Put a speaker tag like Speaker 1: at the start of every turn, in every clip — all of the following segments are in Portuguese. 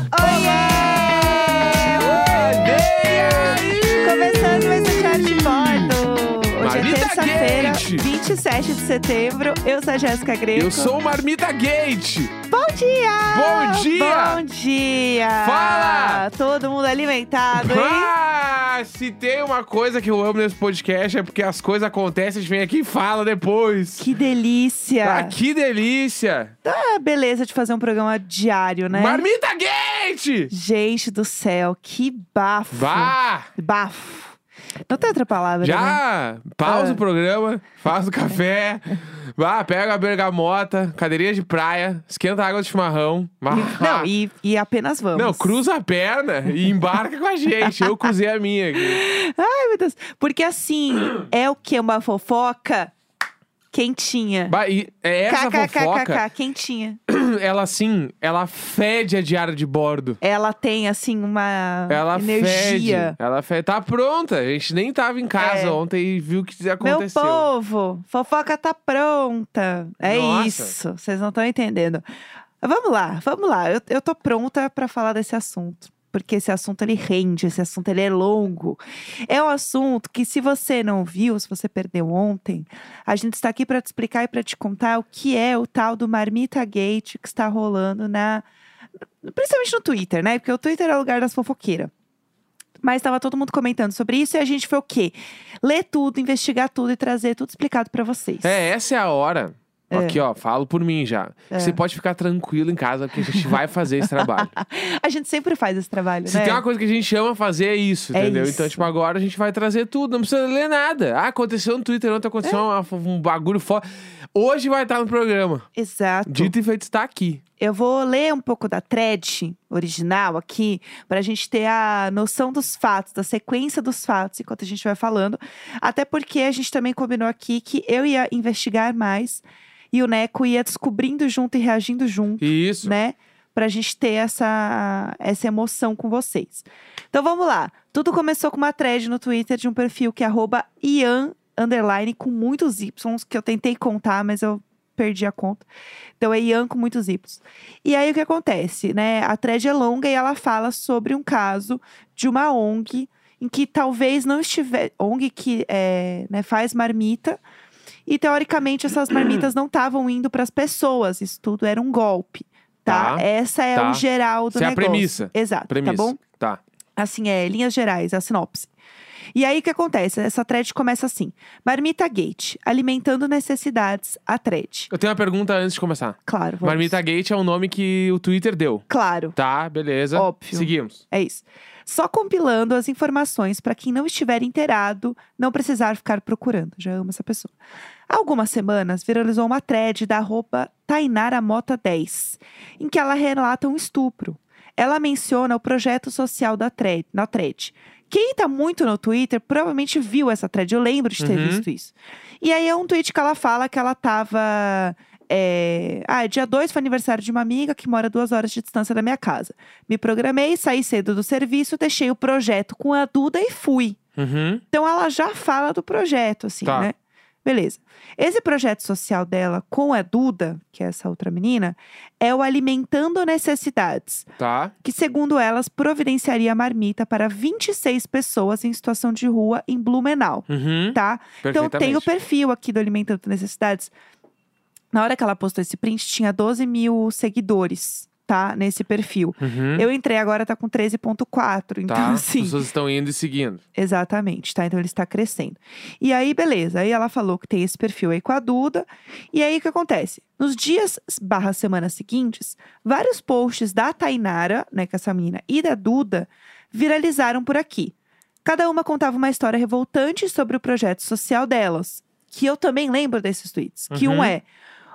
Speaker 1: um é
Speaker 2: Marmita
Speaker 1: terça-feira,
Speaker 2: Gate.
Speaker 1: 27 de setembro. Eu sou a Jéssica Greco.
Speaker 2: Eu sou o Marmita Gate.
Speaker 1: Bom dia!
Speaker 2: Bom dia!
Speaker 1: Bom dia!
Speaker 2: Fala!
Speaker 1: Todo mundo alimentado, hein?
Speaker 2: Ah, se tem uma coisa que eu amo nesse podcast é porque as coisas acontecem, a gente vem aqui e fala depois.
Speaker 1: Que delícia!
Speaker 2: Ah, que delícia!
Speaker 1: Ah, beleza de fazer um programa diário, né?
Speaker 2: Marmita Gate!
Speaker 1: Gente do céu, que bafo!
Speaker 2: Vá!
Speaker 1: Bafo! Não tem outra palavra, né?
Speaker 2: Já pausa
Speaker 1: Ah.
Speaker 2: o programa, faz o café, vá, pega a bergamota, cadeirinha de praia, esquenta a água do chimarrão. Vá.
Speaker 1: Não, e, e apenas vamos.
Speaker 2: Não, cruza a perna e embarca com a gente. Eu cruzei a minha aqui.
Speaker 1: Ai, meu Deus. Porque assim, é o que? Uma fofoca quentinha.
Speaker 2: Bah, e é essa fofoca,
Speaker 1: KKKKK, quentinha.
Speaker 2: ela assim, ela fede a diária de bordo.
Speaker 1: Ela tem, assim, uma
Speaker 2: Ela
Speaker 1: energia.
Speaker 2: fede. Ela fede. Tá pronta. A gente nem tava em casa
Speaker 1: É.
Speaker 2: ontem e viu o que
Speaker 1: Meu
Speaker 2: aconteceu.
Speaker 1: povo, fofoca tá pronta. É
Speaker 2: Nossa.
Speaker 1: isso, vocês não estão entendendo. Vamos lá, vamos lá. Eu, eu tô pronta pra falar desse assunto. Porque esse assunto ele rende, esse assunto ele é longo. É um assunto que, se você não viu, se você perdeu ontem, a gente está aqui pra te explicar e pra te contar o que é o tal do Marmita Gate que está rolando na. Principalmente no Twitter, né? Porque o Twitter é o lugar das fofoqueiras. Mas estava todo mundo comentando sobre isso e a gente foi o quê? Ler tudo, investigar tudo e trazer tudo explicado pra vocês.
Speaker 2: É, essa é a hora.
Speaker 1: É.
Speaker 2: Aqui, ó, falo por mim já. Você pode ficar tranquilo em casa, porque a gente vai fazer esse trabalho.
Speaker 1: A gente sempre faz esse trabalho,
Speaker 2: Se
Speaker 1: né?
Speaker 2: tem uma coisa que a gente ama fazer, é isso,
Speaker 1: É
Speaker 2: entendeu?
Speaker 1: isso.
Speaker 2: Então, tipo, agora a gente vai trazer tudo, não precisa ler nada. Ah, aconteceu no Twitter, ontem aconteceu
Speaker 1: É.
Speaker 2: uma- um bagulho foda. Hoje vai estar no programa.
Speaker 1: Exato.
Speaker 2: Dito e feito está aqui.
Speaker 1: Eu vou ler um pouco da thread original aqui, pra gente ter a noção dos fatos, da sequência dos fatos, enquanto a gente vai falando. Até porque a gente também combinou aqui que eu ia investigar mais e o Neco ia descobrindo junto e reagindo junto.
Speaker 2: Isso.
Speaker 1: né? Pra gente ter essa, essa emoção com vocês. Então vamos lá. Tudo começou com uma thread no Twitter de um perfil que é arroba Ian underline com muitos Ys, que eu tentei contar, mas eu perdi a conta. Então é Ian com muitos Ys. E aí o que acontece, né? A thread é longa e ela fala sobre um caso de uma ONG em que talvez não estiver. ONG que é, né, faz marmita. E teoricamente essas marmitas não estavam indo para as pessoas. Isso tudo era um golpe. Tá?
Speaker 2: Tá,
Speaker 1: Essa é
Speaker 2: tá.
Speaker 1: o geral do
Speaker 2: Essa é a
Speaker 1: negócio.
Speaker 2: premissa.
Speaker 1: Exato.
Speaker 2: Premissa.
Speaker 1: Tá bom?
Speaker 2: Tá.
Speaker 1: Assim, é linhas gerais, a sinopse. E aí o que acontece? Essa thread começa assim: Marmita Gate, alimentando necessidades, a thread.
Speaker 2: Eu tenho uma pergunta antes de começar.
Speaker 1: Claro, vamos.
Speaker 2: Marmita Gate é um nome que o Twitter deu.
Speaker 1: Claro,
Speaker 2: Tá, beleza.
Speaker 1: Óbvio.
Speaker 2: Seguimos.
Speaker 1: é isso. Só compilando as informações para quem não estiver inteirado não precisar ficar procurando. Já amo essa pessoa. Há algumas semanas viralizou uma thread da arroba Tainara Mota 10, em que ela relata um estupro. Ela menciona o projeto social da thread, na thread. Quem tá muito no Twitter provavelmente viu essa thread, eu lembro de ter
Speaker 2: Uhum.
Speaker 1: visto isso. E aí é um tweet que ela fala que ela tava. é, Ah, dia 2 foi aniversário de uma amiga que mora duas horas de distância da minha casa. Me programei, saí cedo do serviço, deixei o projeto com a Duda e fui.
Speaker 2: Uhum.
Speaker 1: Então ela já fala do projeto, assim,
Speaker 2: Tá.
Speaker 1: né? Beleza. Esse projeto social dela com a Duda, que é essa outra menina, é o Alimentando Necessidades,
Speaker 2: Tá.
Speaker 1: que, segundo elas, providenciaria marmita para 26 pessoas em situação de rua em Blumenau,
Speaker 2: Uhum.
Speaker 1: tá? Então tem o
Speaker 2: Perfeitamente.
Speaker 1: perfil aqui do Alimentando Necessidades. Na hora que ela postou esse print, tinha 12 mil seguidores, tá? Nesse perfil.
Speaker 2: Uhum.
Speaker 1: Eu entrei agora, tá com 13,4. Então,
Speaker 2: Tá.
Speaker 1: assim.
Speaker 2: As pessoas estão indo e seguindo.
Speaker 1: Exatamente, tá? Então ele está crescendo. E aí, beleza. Aí ela falou que tem esse perfil aí com a Duda. E aí o que acontece? Nos dias barra semanas seguintes, vários posts da Tainara, né, que é essa menina, e da Duda viralizaram por aqui. Cada uma contava uma história revoltante sobre o projeto social delas. Que eu também lembro desses tweets. Que
Speaker 2: Uhum.
Speaker 1: um é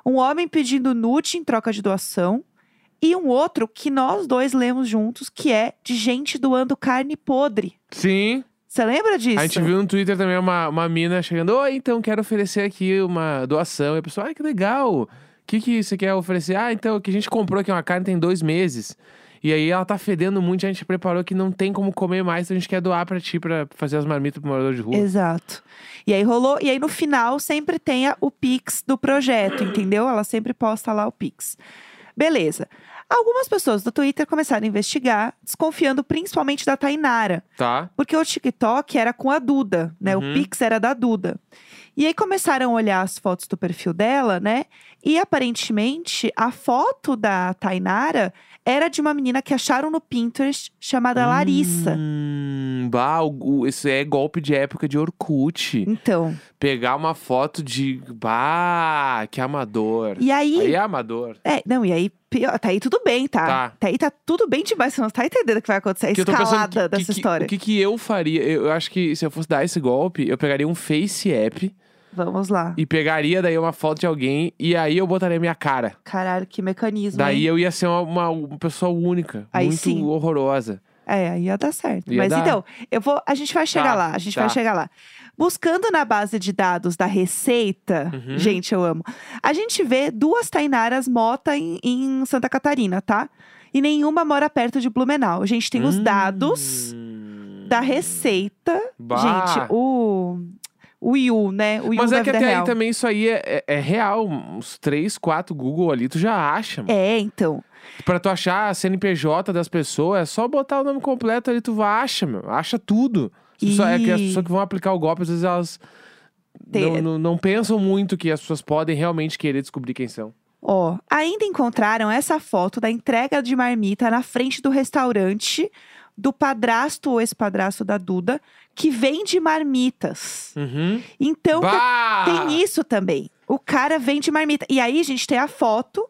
Speaker 1: um homem pedindo nude em troca de doação. E um outro que nós dois lemos juntos, que é de gente doando carne podre.
Speaker 2: Sim.
Speaker 1: Você lembra disso?
Speaker 2: A gente viu no Twitter também uma, uma mina chegando, oi, então quero oferecer aqui uma doação. E a pessoa, ai, que legal. O que, que você quer oferecer? Ah, então, que a gente comprou aqui uma carne tem dois meses. E aí ela tá fedendo muito, a gente preparou que não tem como comer mais, então a gente quer doar pra ti, pra fazer as marmitas pro morador de rua.
Speaker 1: Exato. E aí rolou, e aí no final sempre tem a- o Pix do projeto, entendeu? Ela sempre posta lá o Pix. Beleza. Algumas pessoas do Twitter começaram a investigar, desconfiando principalmente da Tainara.
Speaker 2: Tá.
Speaker 1: Porque o TikTok era com a Duda, né?
Speaker 2: Uhum.
Speaker 1: O Pix era da Duda. E aí começaram a olhar as fotos do perfil dela, né? E aparentemente a foto da Tainara era de uma menina que acharam no Pinterest chamada Larissa.
Speaker 2: Hum, bah, o- o- isso é golpe de época de Orkut.
Speaker 1: Então,
Speaker 2: Pegar uma foto de. Bah, que amador.
Speaker 1: e aí,
Speaker 2: Aí é amador.
Speaker 1: é, não, e aí pior, tá aí tudo bem, tá?
Speaker 2: Tá.
Speaker 1: aí tá tudo bem demais, você não tá entendendo o que vai acontecer, a
Speaker 2: Que eu tô pensando
Speaker 1: escalada
Speaker 2: que-
Speaker 1: dessa
Speaker 2: que-
Speaker 1: história.
Speaker 2: O que, que eu faria? Eu, eu acho que se eu fosse dar esse golpe, eu pegaria um Face App
Speaker 1: Vamos lá.
Speaker 2: e pegaria daí uma foto de alguém e aí eu botaria minha cara.
Speaker 1: Caralho, que mecanismo.
Speaker 2: Daí
Speaker 1: hein?
Speaker 2: eu ia ser uma, uma- uma pessoa única,
Speaker 1: é. Aí
Speaker 2: muito
Speaker 1: sim.
Speaker 2: horrorosa.
Speaker 1: É, aí ia dar certo.
Speaker 2: Ia
Speaker 1: Mas
Speaker 2: dar.
Speaker 1: então, eu vou, a gente vai chegar
Speaker 2: Tá,
Speaker 1: lá, a gente
Speaker 2: tá.
Speaker 1: vai chegar lá. Buscando na base de dados da Receita,
Speaker 2: Uhum.
Speaker 1: gente, eu amo. A gente vê duas Tainaras Mota em, em Santa Catarina, tá? E nenhuma mora perto de Blumenau. A gente tem os dados
Speaker 2: Hum.
Speaker 1: da Receita.
Speaker 2: Bah.
Speaker 1: Gente, o, o Yu, né? O Yu
Speaker 2: Mas
Speaker 1: da
Speaker 2: é que
Speaker 1: vida
Speaker 2: até
Speaker 1: real.
Speaker 2: aí também isso aí é, é- é real. Uns três, quatro Google ali, tu já acha, mano.
Speaker 1: É, então.
Speaker 2: Pra tu achar a CNPJ das pessoas, é só botar o nome completo ali, tu vai, acha, meu. Acha tudo. As
Speaker 1: E-
Speaker 2: pessoas- é que as pessoas que vão aplicar o golpe, às vezes elas
Speaker 1: Tem-
Speaker 2: não, não- não pensam muito que as pessoas podem realmente querer descobrir quem são.
Speaker 1: Ó, ainda encontraram essa foto da entrega de marmita na frente do restaurante do padrasto ou ex-padrasto da Duda, que vende marmitas.
Speaker 2: Uhum.
Speaker 1: Então tá-
Speaker 2: bah!
Speaker 1: tem isso também. O cara vende marmita. E aí a gente tem a foto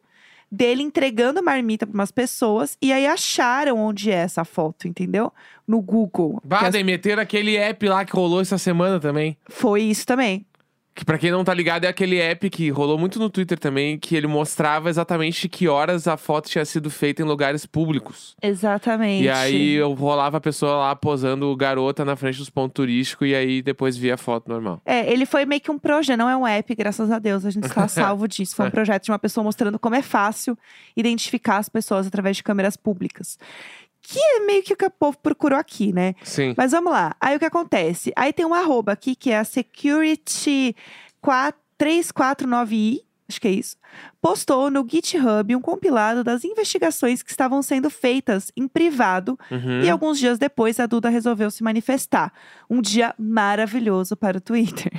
Speaker 1: dele entregando marmita para umas pessoas e aí acharam onde é essa foto, entendeu? No Google. Que
Speaker 2: Bah,
Speaker 1: as-
Speaker 2: daí meteram aquele app lá que rolou essa semana também.
Speaker 1: Foi isso também.
Speaker 2: Que pra quem não tá ligado, é aquele app que rolou muito no Twitter também, que ele mostrava exatamente que horas a foto tinha sido feita em lugares públicos.
Speaker 1: Exatamente.
Speaker 2: E aí eu rolava a pessoa lá posando garota na frente dos pontos turísticos e aí depois via a foto normal.
Speaker 1: É, ele foi meio que um projeto, não é um app, graças a Deus, a gente está salvo disso. Foi um projeto de uma pessoa mostrando como é fácil identificar as pessoas através de câmeras públicas. Que é meio que o que o povo procurou aqui, né?
Speaker 2: Sim.
Speaker 1: Mas vamos lá. Aí o que acontece? Aí tem um arroba aqui que é a Security 4- 349i, acho que é isso. Postou no GitHub um compilado das investigações que estavam sendo feitas em privado
Speaker 2: Uhum.
Speaker 1: e alguns dias depois, a Duda resolveu se manifestar. Um dia maravilhoso para o Twitter.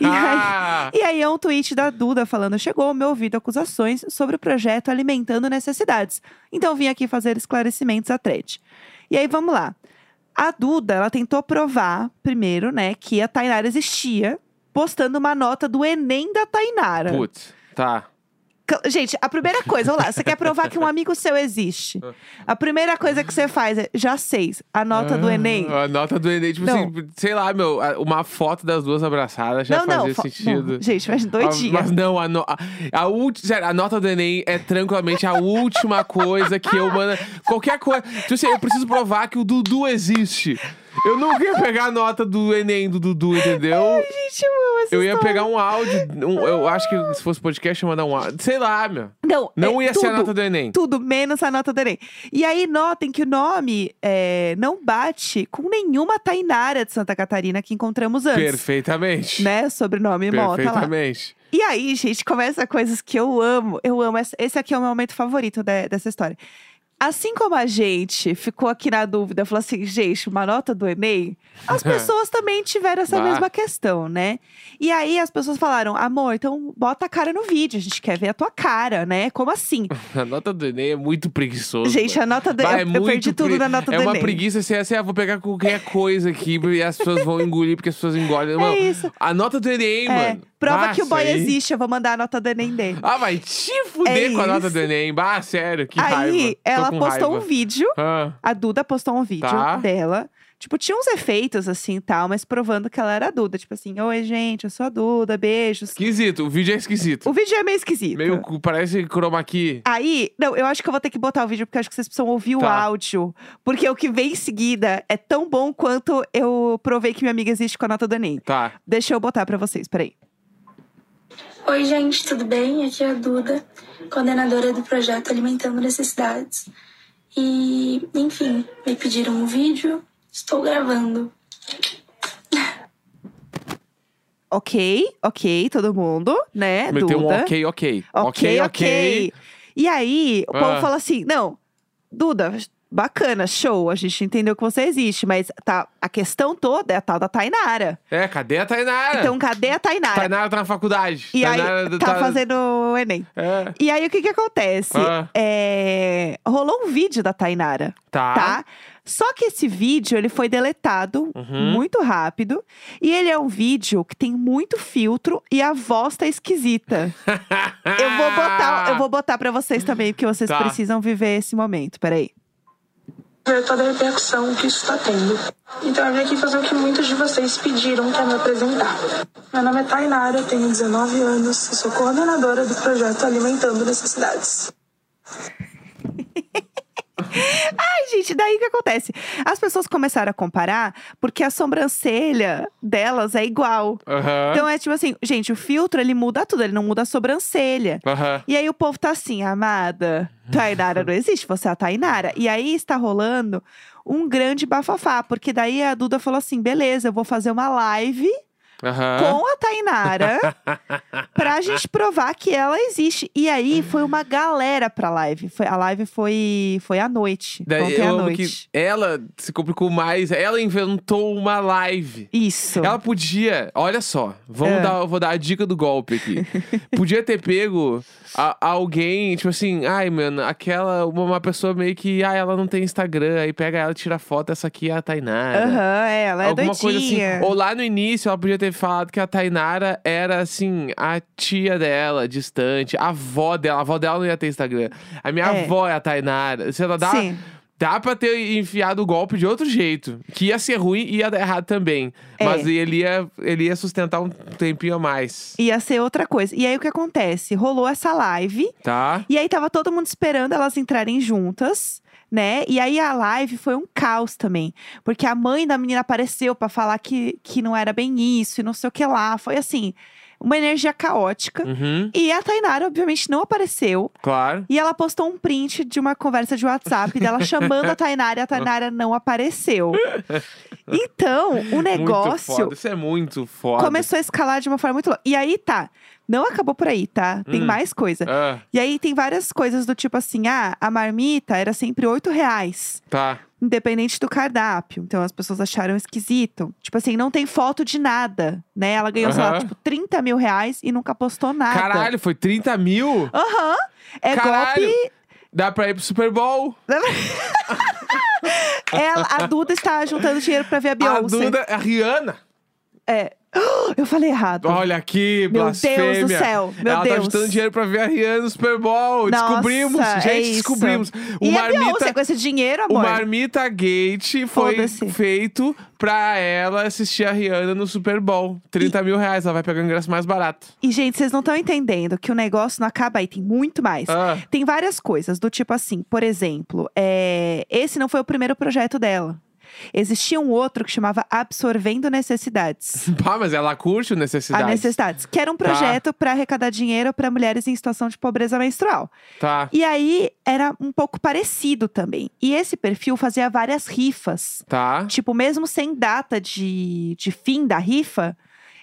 Speaker 1: e, aí,
Speaker 2: Ah!
Speaker 1: e aí é um tweet da Duda falando: chegou ao meu ouvido acusações sobre o projeto Alimentando Necessidades. Então vim aqui fazer esclarecimentos à thread. E aí vamos lá. A Duda, ela tentou provar, primeiro, né, que a Tainara existia, postando uma nota do Enem da Tainara.
Speaker 2: Putz, tá.
Speaker 1: Cl- Gente, a primeira coisa, vamos lá, você quer provar que um amigo seu existe. A primeira coisa que você faz é, já sei, a nota do
Speaker 2: Ah,
Speaker 1: Enem.
Speaker 2: A nota do Enem, tipo
Speaker 1: Não.
Speaker 2: assim, sei lá, meu, a- uma foto das duas abraçadas já
Speaker 1: não, não,
Speaker 2: fazia
Speaker 1: fa-
Speaker 2: sentido.
Speaker 1: não, Gente, faz
Speaker 2: Ah,
Speaker 1: dois dias.
Speaker 2: Mas não, a, no- a, a ulti- sério, a nota do Enem é tranquilamente a última coisa que eu mando. Qualquer coisa. Tipo assim, eu preciso provar que o Dudu existe. Eu não ia pegar a nota do Enem do Dudu, entendeu?
Speaker 1: Gente, eu amo essa
Speaker 2: Eu ia
Speaker 1: história.
Speaker 2: pegar um áudio, um- eu acho que se fosse podcast, eu ia mandar um áudio. Sei lá, meu.
Speaker 1: Não,
Speaker 2: Não
Speaker 1: é
Speaker 2: ia ser a
Speaker 1: tudo,
Speaker 2: nota do Enem.
Speaker 1: Tudo, menos a nota do Enem. E aí, notem que o nome é, não bate com nenhuma Tainara de Santa Catarina que encontramos antes.
Speaker 2: Perfeitamente.
Speaker 1: Né? Sobrenome mó, tá lá.
Speaker 2: Perfeitamente.
Speaker 1: E aí, gente, começa coisas que eu amo. Eu amo. Essa, esse aqui é o meu momento favorito de- dessa história. Assim como a gente ficou aqui na dúvida, falou assim, gente, uma nota do Enem, as pessoas também tiveram essa
Speaker 2: Bah.
Speaker 1: mesma questão, né? E aí as pessoas falaram, amor, então bota a cara no vídeo, a gente quer ver a tua cara, né? Como assim?
Speaker 2: A nota do Enem é muito preguiçoso.
Speaker 1: gente,
Speaker 2: mano.
Speaker 1: a nota do
Speaker 2: Bah, é
Speaker 1: eu, eu
Speaker 2: muito
Speaker 1: perdi tudo
Speaker 2: pre-
Speaker 1: na nota
Speaker 2: É
Speaker 1: do
Speaker 2: uma
Speaker 1: Enem.
Speaker 2: preguiça assim, assim, ah, vou pegar qualquer coisa aqui e as pessoas vão engolir, porque as pessoas engolem. Mano,
Speaker 1: É isso.
Speaker 2: a nota do Enem,
Speaker 1: É,
Speaker 2: mano.
Speaker 1: prova
Speaker 2: Bah,
Speaker 1: que o
Speaker 2: isso
Speaker 1: boy
Speaker 2: aí.
Speaker 1: existe, eu vou mandar a nota do Enem dele.
Speaker 2: Ah, vai te fuder
Speaker 1: É
Speaker 2: com a nota
Speaker 1: isso.
Speaker 2: do Enem. Bah, sério, que raiva.
Speaker 1: aí
Speaker 2: Tô
Speaker 1: ela
Speaker 2: com
Speaker 1: postou um
Speaker 2: raiva.
Speaker 1: vídeo
Speaker 2: Ah,
Speaker 1: A Duda postou um vídeo
Speaker 2: Tá.
Speaker 1: dela. Tipo, tinha uns efeitos assim e tal, mas provando que ela era a Duda. Tipo assim, oi, gente, eu sou a Duda, beijos.
Speaker 2: esquisito, o vídeo é esquisito.
Speaker 1: O vídeo é meio esquisito.
Speaker 2: Meio, cu- parece chroma key.
Speaker 1: Aí, não, eu acho que eu vou ter que botar o vídeo, porque eu acho que vocês precisam ouvir o
Speaker 2: Tá.
Speaker 1: áudio. Porque o que vem em seguida é tão bom quanto eu provei que minha amiga existe com a nota do Enem.
Speaker 2: Tá.
Speaker 1: Deixa eu botar pra vocês, peraí.
Speaker 3: Oi, gente, tudo bem? Aqui é a Duda, coordenadora do projeto Alimentando Necessidades. E, enfim, me pediram um vídeo, estou gravando.
Speaker 1: Ok, ok, todo mundo, né,
Speaker 2: Meteu
Speaker 1: Duda?
Speaker 2: um ok, ok.
Speaker 1: ok, ok. E aí, o
Speaker 2: Ah.
Speaker 1: povo fala assim: não, Duda, bacana, show, a gente entendeu que você existe, mas tá, a questão toda é a tal da Tainara.
Speaker 2: É, cadê a Tainara?
Speaker 1: Então, cadê a Tainara?
Speaker 2: Tainara tá na faculdade.
Speaker 1: E aí,
Speaker 2: Tainara
Speaker 1: tá fazendo o Enem.
Speaker 2: É.
Speaker 1: E aí, o que que acontece?
Speaker 2: Ah.
Speaker 1: É, Rolou um vídeo da Tainara,
Speaker 2: Tá.
Speaker 1: tá? Só que esse vídeo, ele foi deletado
Speaker 2: Uhum.
Speaker 1: muito rápido. E ele é um vídeo que tem muito filtro e a voz tá esquisita. Eu vou botar, eu vou botar para vocês também, porque vocês
Speaker 2: Ah. Tá.
Speaker 1: precisam viver esse momento. Peraí.
Speaker 3: ver toda a repercussão que isso está tendo. Então eu vim aqui fazer o que muitos de vocês pediram, que é me apresentar. Meu nome é Tainara, tenho 19 anos e sou coordenadora do projeto Alimentando Necessidades.
Speaker 1: Ai, gente, daí o que acontece? As pessoas começaram a comparar porque a sobrancelha delas é igual.
Speaker 2: Aham.
Speaker 1: Então é tipo assim, gente, o filtro ele muda tudo, ele não muda a sobrancelha.
Speaker 2: Aham.
Speaker 1: E aí o povo tá assim, amada, Tainara não existe, você é a Tainara. E aí está rolando um grande bafafá, porque daí a Duda falou assim: beleza, eu vou fazer uma live
Speaker 2: Aham.
Speaker 1: com a Tainara pra gente provar que ela existe. E
Speaker 2: Hum.
Speaker 1: aí foi uma galera pra live. Foi, a live foi, foi à noite.
Speaker 2: Daí
Speaker 1: ontem à
Speaker 2: eu amo
Speaker 1: noite.
Speaker 2: que ela se complicou mais. Ela inventou uma live.
Speaker 1: Isso.
Speaker 2: Ela podia, olha só, vamos
Speaker 1: É.
Speaker 2: dar, eu vou dar a dica do golpe aqui. podia ter pego a- alguém, tipo assim, ai, mano, aquela, uma, uma pessoa meio que, ah, ela não tem Instagram, aí pega ela, tira foto, essa aqui é a Tainara.
Speaker 1: Aham, é, ela é
Speaker 2: Alguma coisa assim.
Speaker 1: doidinha.
Speaker 2: Ou lá no início ela podia ter falado que a Tainara era assim, a tia dela, distante, a avó dela. A avó dela não ia ter Instagram. A minha
Speaker 1: É.
Speaker 2: avó é a Tainara. Se ela dá,
Speaker 1: Sim.
Speaker 2: dá pra ter enfiado o golpe de outro jeito. Que ia ser ruim e ia dar errado também.
Speaker 1: É.
Speaker 2: Mas ele ia, ele ia sustentar um tempinho a mais.
Speaker 1: Ia ser outra coisa. E aí o que acontece? Rolou essa live.
Speaker 2: Tá?
Speaker 1: E aí tava todo mundo esperando elas entrarem juntas, né? E aí a live foi um caos também. Porque a mãe da menina apareceu pra falar que, que não era bem isso e não sei o que lá. Foi assim, uma energia caótica.
Speaker 2: Uhum,
Speaker 1: E a Tainara, obviamente, não apareceu.
Speaker 2: claro.
Speaker 1: E ela postou um print de uma conversa de WhatsApp dela chamando a Tainara e a Tainara não apareceu. Então, o
Speaker 2: Muito
Speaker 1: negócio
Speaker 2: foda. Isso é muito foda.
Speaker 1: começou a escalar de uma forma muito louca. E aí tá, não acabou por aí, tá? Tem
Speaker 2: Hum.
Speaker 1: mais coisa.
Speaker 2: Ah,
Speaker 1: E aí tem várias coisas do tipo assim, ah, a marmita era sempre 8 reais,
Speaker 2: tá.
Speaker 1: independente do cardápio. Então as pessoas acharam esquisito. Tipo assim, não tem foto de nada, né? Ela ganhou, sei lá,
Speaker 2: Aham.
Speaker 1: tipo, 30 mil reais e nunca postou nada.
Speaker 2: Caralho, foi 30 mil?
Speaker 1: Aham. tá. É
Speaker 2: Caralho.
Speaker 1: golpe.
Speaker 2: Dá pra ir pro Super Bowl?
Speaker 1: Ela, é a Duda está juntando dinheiro pra ver a Beyoncé.
Speaker 2: A Duda, a Rihanna.
Speaker 1: É. Eu falei errado.
Speaker 2: Olha aqui,
Speaker 1: Meu Deus do
Speaker 2: blasfêmia.
Speaker 1: céu, meu
Speaker 2: Ela tá
Speaker 1: Deus.
Speaker 2: juntando dinheiro pra ver a Rihanna no Super Bowl.
Speaker 1: Nossa,
Speaker 2: descobrimos,
Speaker 1: é
Speaker 2: gente,
Speaker 1: isso.
Speaker 2: descobrimos. O
Speaker 1: e é a Beyoncé
Speaker 2: Marmita,
Speaker 1: com esse dinheiro,
Speaker 2: o
Speaker 1: amor?
Speaker 2: Marmita Gate foi
Speaker 1: Tá é. Foda-se.
Speaker 2: feito pra ela assistir a Rihanna no Super Bowl. 30 mil reais, ela vai pegar o ingresso mais barato.
Speaker 1: E, gente, vocês não estão entendendo que o negócio não acaba aí, tem muito mais.
Speaker 2: Ah.
Speaker 1: Tem várias coisas, do tipo assim, por exemplo, é, esse não foi o primeiro projeto dela. Existia um outro que chamava Absorvendo Necessidades.
Speaker 2: Pá, mas ela curte o
Speaker 1: A
Speaker 2: necessidade.
Speaker 1: necessidades, que era
Speaker 2: Tá.
Speaker 1: um projeto para arrecadar dinheiro para mulheres em situação de pobreza menstrual.
Speaker 2: Tá,
Speaker 1: E aí era um pouco parecido também. E esse perfil fazia várias rifas.
Speaker 2: tá.
Speaker 1: Tipo, mesmo sem data de, de fim da rifa,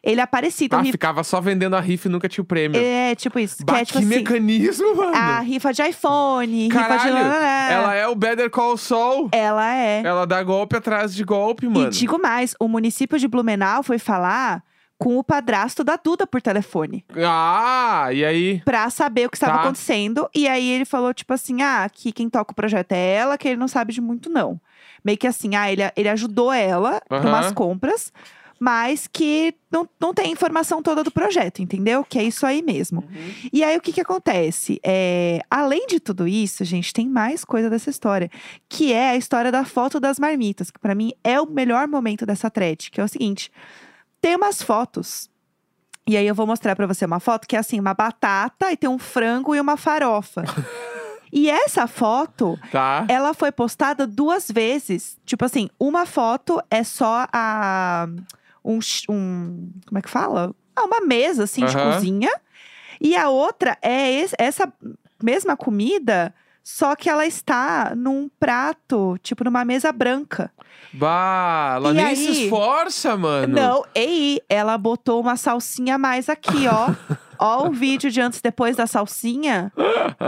Speaker 1: ele aparecia. Então,
Speaker 2: Ah,
Speaker 1: rifa-
Speaker 2: ficava só vendendo a riff e nunca tinha o prêmio.
Speaker 1: é, tipo isso.
Speaker 2: Bah,
Speaker 1: que é,
Speaker 2: que
Speaker 1: tipo assim,
Speaker 2: mecanismo, mano.
Speaker 1: a rifa de iPhone, rifa de.
Speaker 2: Caralho,
Speaker 1: Ela,
Speaker 2: ela é o Better Call Saul.
Speaker 1: ela é.
Speaker 2: Ela dá golpe atrás de golpe, mano.
Speaker 1: E digo mais: o município de Blumenau foi falar com o padrasto da Duda por telefone.
Speaker 2: Ah, e aí?
Speaker 1: Pra saber o que estava
Speaker 2: Tá.
Speaker 1: acontecendo. E aí ele falou, tipo assim: ah, que quem toca o projeto é ela, que ele não sabe de muito, não. Meio que assim, ah, ele, ele ajudou ela
Speaker 2: Aham.
Speaker 1: numas compras, mas que não, não tem a informação toda do projeto, entendeu? Que é isso aí mesmo. E aí o que que acontece? É, além de tudo isso, gente, tem mais coisa dessa história, que é a história da foto das marmitas, que pra mim é o melhor momento dessa thread, que é o seguinte: tem umas fotos. E aí eu vou mostrar pra você uma foto que é assim, uma batata e tem um frango e uma farofa. e essa foto,
Speaker 2: Tá.
Speaker 1: ela foi postada duas vezes. Tipo assim, uma foto é só a. Um. ch- um- como é que fala? Ah, uma mesa, assim, de
Speaker 2: Aham.
Speaker 1: cozinha. E a outra é es- essa mesma comida, só que ela está num prato, tipo numa mesa branca.
Speaker 2: Bah, ela
Speaker 1: E
Speaker 2: nem
Speaker 1: aí?
Speaker 2: se esforça, mano.
Speaker 1: Não, ei, ela botou uma salsinha a mais aqui, ó. Ó o vídeo de antes e depois da salsinha.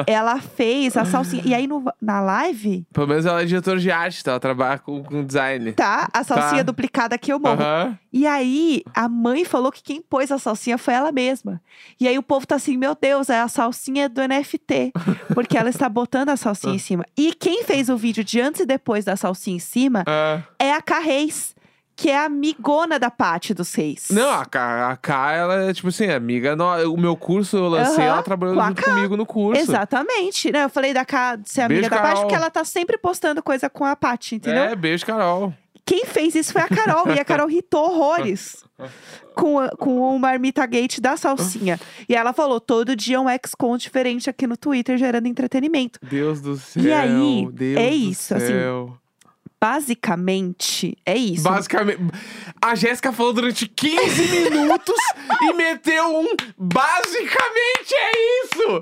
Speaker 1: Ela fez a salsinha. E aí no- na live,
Speaker 2: Pelo menos ela é diretora de arte, tá? Ela trabalha com, com design.
Speaker 1: tá? A
Speaker 2: Tá.
Speaker 1: salsinha duplicada que eu morro.
Speaker 2: Aham.
Speaker 1: E aí, a mãe falou que quem pôs a salsinha foi ela mesma. E aí o povo tá assim, meu Deus, é a salsinha do NFT. Porque ela está botando a salsinha em cima. E quem fez o vídeo de antes e depois da salsinha em cima
Speaker 2: Ah.
Speaker 1: é a Carreis, que é a amigona da Paty dos Reis.
Speaker 2: Não, a K, a K, ela é tipo assim, amiga. no- o meu curso eu lancei,
Speaker 1: Aham,
Speaker 2: ela trabalhou
Speaker 1: com a
Speaker 2: junto
Speaker 1: K.
Speaker 2: comigo no curso.
Speaker 1: Exatamente. Não, eu falei da K, de ser amiga
Speaker 2: Beijo,
Speaker 1: da Paty,
Speaker 2: Carol.
Speaker 1: porque ela tá sempre postando coisa com a Paty, entendeu?
Speaker 2: É, beijo, Carol.
Speaker 1: Quem fez isso foi a Carol, e a Carol irritou horrores com, a- com o Marmita Gate da salsinha. E ela falou: todo dia um ex-con diferente aqui no Twitter gerando entretenimento.
Speaker 2: Deus do céu.
Speaker 1: E aí,
Speaker 2: Deus
Speaker 1: é
Speaker 2: do
Speaker 1: isso, assim,
Speaker 2: céu.
Speaker 1: Basicamente, é isso.
Speaker 2: Basicamente, a Jéssica falou durante 15 minutos e meteu um. Basicamente é isso!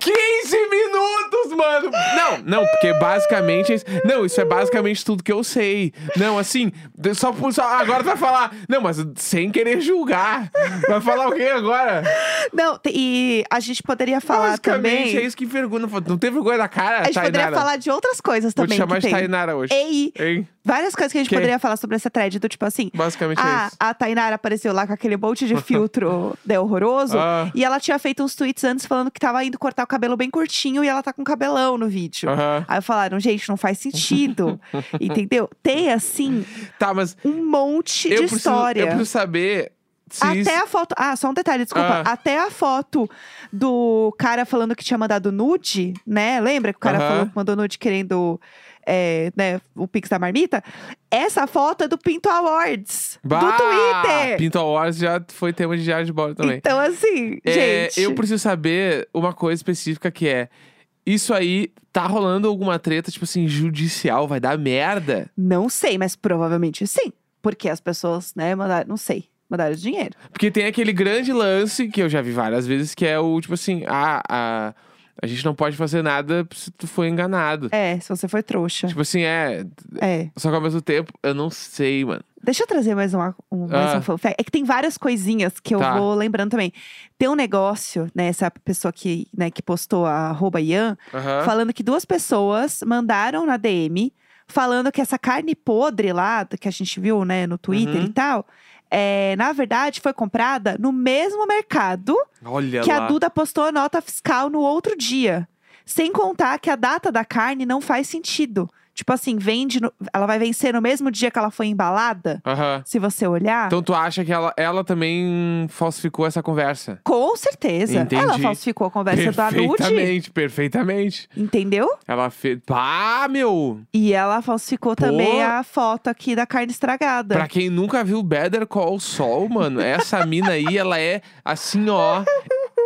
Speaker 2: 15 minutos, mano! Não, não, porque basicamente. é isso. Não, isso é basicamente tudo que eu sei. Não, assim, de- só, por- só agora vai falar. Não, mas sem querer julgar. Vai falar o quê agora?
Speaker 1: Não, te- e a gente poderia falar
Speaker 2: basicamente
Speaker 1: também.
Speaker 2: é isso que vergonha. Não tem vergonha da cara,
Speaker 1: a gente
Speaker 2: Tainara?
Speaker 1: poderia falar de outras coisas
Speaker 2: Vou
Speaker 1: também.
Speaker 2: te chamar
Speaker 1: que
Speaker 2: de
Speaker 1: tem.
Speaker 2: Tainara hoje.
Speaker 1: Ei,
Speaker 2: Hein?
Speaker 1: várias coisas que a gente
Speaker 2: Que?
Speaker 1: poderia falar sobre essa thread, do tipo assim.
Speaker 2: Basicamente é
Speaker 1: A,
Speaker 2: isso.
Speaker 1: a Tainara apareceu lá com aquele monte de filtro né, horroroso.
Speaker 2: Ah.
Speaker 1: E ela tinha feito uns tweets antes falando que tava indo cortar o cabelo bem curtinho e ela tá com cabelão no vídeo.
Speaker 2: Aham.
Speaker 1: Aí falaram, gente, não faz sentido. entendeu? Tem, assim,
Speaker 2: Tá, mas
Speaker 1: um monte de
Speaker 2: eu preciso,
Speaker 1: história.
Speaker 2: Eu preciso saber se isso...
Speaker 1: Até a foto. Ah, só um detalhe, desculpa.
Speaker 2: Ah.
Speaker 1: Até a foto do cara falando que tinha mandado nude, né? Lembra que o cara
Speaker 2: Aham.
Speaker 1: falou que mandou nude querendo é, né, o Pix da marmita? Essa foto é do Pinto Awards. do
Speaker 2: Bah!
Speaker 1: Twitter.
Speaker 2: Pinto Awards já foi tema de diário de bordo também.
Speaker 1: Então, assim,
Speaker 2: É,
Speaker 1: gente.
Speaker 2: Eu preciso saber uma coisa específica que é... Isso aí, tá rolando alguma treta, tipo assim, judicial, vai dar merda?
Speaker 1: Não sei, mas provavelmente sim. Porque as pessoas, né, mandaram. Não sei. Mandaram dinheiro.
Speaker 2: Porque tem aquele grande lance, que eu já vi várias vezes, que é o, tipo assim, a, a, a gente não pode fazer nada se tu foi enganado.
Speaker 1: É, se você foi trouxa.
Speaker 2: Tipo assim, é...
Speaker 1: É.
Speaker 2: Só que ao mesmo tempo, eu não sei, mano.
Speaker 1: Deixa eu trazer mais, uma, um, mais
Speaker 2: Ah.
Speaker 1: um fun fact. É que tem várias coisinhas que eu
Speaker 2: Tá.
Speaker 1: vou lembrando também. Tem um negócio, né? Essa pessoa que, né, que postou a arroba Ian,
Speaker 2: Aham.
Speaker 1: falando que duas pessoas mandaram na DM falando que essa carne podre lá, do que a gente viu, né, no Twitter
Speaker 2: Uhum.
Speaker 1: e tal. É, na verdade, foi comprada no mesmo mercado
Speaker 2: Olha
Speaker 1: que
Speaker 2: lá.
Speaker 1: a Duda postou a nota fiscal no outro dia. Sem contar que a data da carne não faz sentido. Tipo assim, vende. no- ela vai vencer no mesmo dia que ela foi embalada,
Speaker 2: Aham.
Speaker 1: se você olhar.
Speaker 2: Então tu acha que ela, ela também falsificou essa conversa?
Speaker 1: Com certeza. Ela
Speaker 2: Entendi.
Speaker 1: falsificou a conversa do Anude,
Speaker 2: perfeitamente, perfeitamente.
Speaker 1: entendeu?
Speaker 2: Ela fez. Pá, meu!
Speaker 1: E ela falsificou
Speaker 2: Pô.
Speaker 1: também a foto aqui da carne estragada.
Speaker 2: Pra quem nunca viu Better Call Sol, mano, essa mina aí, ela é assim, ó.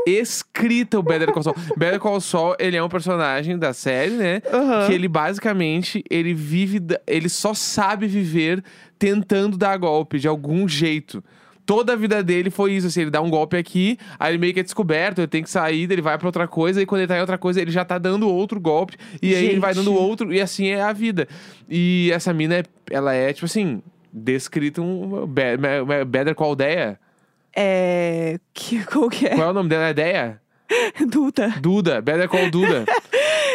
Speaker 2: Escrita o Better Call Sol. Better Call Sol, ele é um personagem da série, né?
Speaker 1: Aham.
Speaker 2: Que ele basicamente, ele vive, da- ele só sabe viver tentando dar golpe de algum jeito. Toda a vida dele foi isso, assim, ele dá um golpe aqui, aí ele meio que é descoberto, ele tem que sair, daí ele vai pra outra coisa, e quando ele tá em outra coisa, ele já tá dando outro golpe, e aí ele vai
Speaker 1: Gente.
Speaker 2: dando outro, e assim é a vida. E essa mina, é- ela é, tipo assim, descrita um be- be- Better Call Dea.
Speaker 1: É. Que, qual que é?
Speaker 2: Qual é o nome dela? É Dea?
Speaker 1: Duda.
Speaker 2: Duda, Better Call Duda.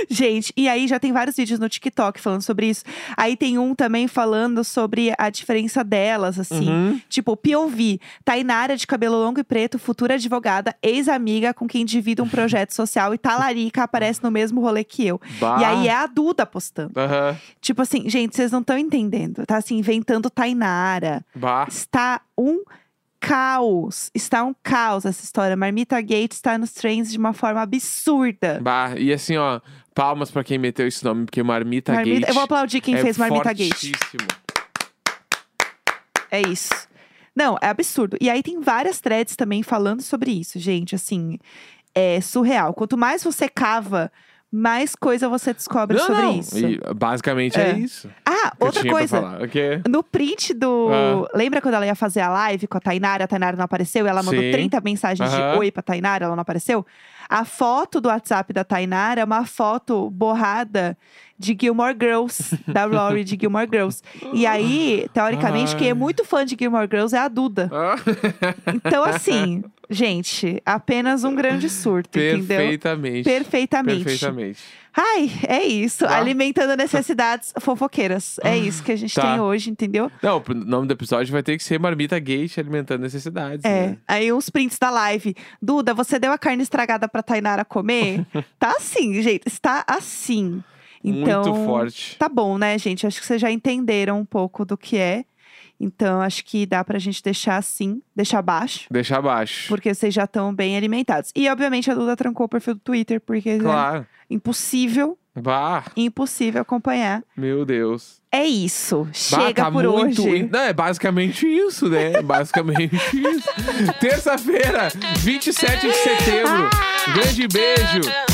Speaker 1: Gente, e aí já tem vários vídeos no TikTok falando sobre isso. Aí tem um também falando sobre a diferença delas, assim.
Speaker 2: Uhum.
Speaker 1: Tipo, POV, Tainara de cabelo longo e preto, futura advogada, ex-amiga com quem divido um projeto social e talarica aparece no mesmo rolê que eu.
Speaker 2: Bah.
Speaker 1: E aí é a Duda postando.
Speaker 2: Aham.
Speaker 1: Tipo assim, gente, vocês não estão entendendo. Tá assim, inventando Tainara.
Speaker 2: Bah.
Speaker 1: Está um caos. Está um caos essa história. Marmita Gates está nos trens de uma forma absurda.
Speaker 2: Bah, e assim, ó, palmas pra quem meteu esse nome, porque Marmita,
Speaker 1: Marmita-
Speaker 2: Gate.
Speaker 1: Eu vou aplaudir quem
Speaker 2: é
Speaker 1: fez Marmita Gates.
Speaker 2: fortíssimo.
Speaker 1: É isso. Não, é absurdo. E aí tem várias threads também falando sobre isso, gente. Assim, é surreal. Quanto mais você cava, mais coisa você descobre
Speaker 2: Não,
Speaker 1: sobre
Speaker 2: não.
Speaker 1: isso.
Speaker 2: E, basicamente é,
Speaker 1: É.
Speaker 2: isso. que
Speaker 1: Ah, outra
Speaker 2: eu tinha
Speaker 1: coisa.
Speaker 2: Pra falar. ok?
Speaker 1: No print do.
Speaker 2: Ah.
Speaker 1: Lembra quando ela ia fazer a live com a Tainara? A Tainara não apareceu? Ela mandou
Speaker 2: Sim.
Speaker 1: 30 mensagens
Speaker 2: Aham.
Speaker 1: de oi pra Tainara, ela não apareceu? A foto do WhatsApp da Tainara é uma foto borrada de Gilmore Girls, da Rory de Gilmore Girls. E aí, teoricamente, quem é muito fã de Gilmore Girls é a Duda.
Speaker 2: Ah,
Speaker 1: Então, assim, gente, apenas um grande surto, entendeu?
Speaker 2: perfeitamente.
Speaker 1: Perfeitamente.
Speaker 2: Perfeitamente.
Speaker 1: Ai, é isso.
Speaker 2: Tá.
Speaker 1: Alimentando necessidades fofoqueiras. É isso que a gente
Speaker 2: Tá.
Speaker 1: tem hoje, entendeu?
Speaker 2: Não, o nome do episódio vai ter que ser Marmita Gay te alimentando necessidades.
Speaker 1: É.
Speaker 2: né?
Speaker 1: Aí uns prints da live. Duda, você deu a carne estragada pra Tainara comer? tá assim, gente. Está assim. Então,
Speaker 2: Muito forte.
Speaker 1: Tá bom, né, gente? Acho que vocês já entenderam um pouco do que é. Então, acho que dá pra gente deixar assim, deixar baixo,
Speaker 2: Deixar abaixo.
Speaker 1: porque vocês já estão bem alimentados. E, obviamente, a Duda trancou o perfil do Twitter, porque
Speaker 2: Claro.
Speaker 1: é impossível,
Speaker 2: Bah,
Speaker 1: impossível acompanhar.
Speaker 2: meu Deus.
Speaker 1: É isso.
Speaker 2: Bah,
Speaker 1: Chega
Speaker 2: tá
Speaker 1: por
Speaker 2: muito
Speaker 1: hoje.
Speaker 2: in- Não, é basicamente isso, né? É basicamente isso. Terça-feira, 27 de setembro. Grande beijo.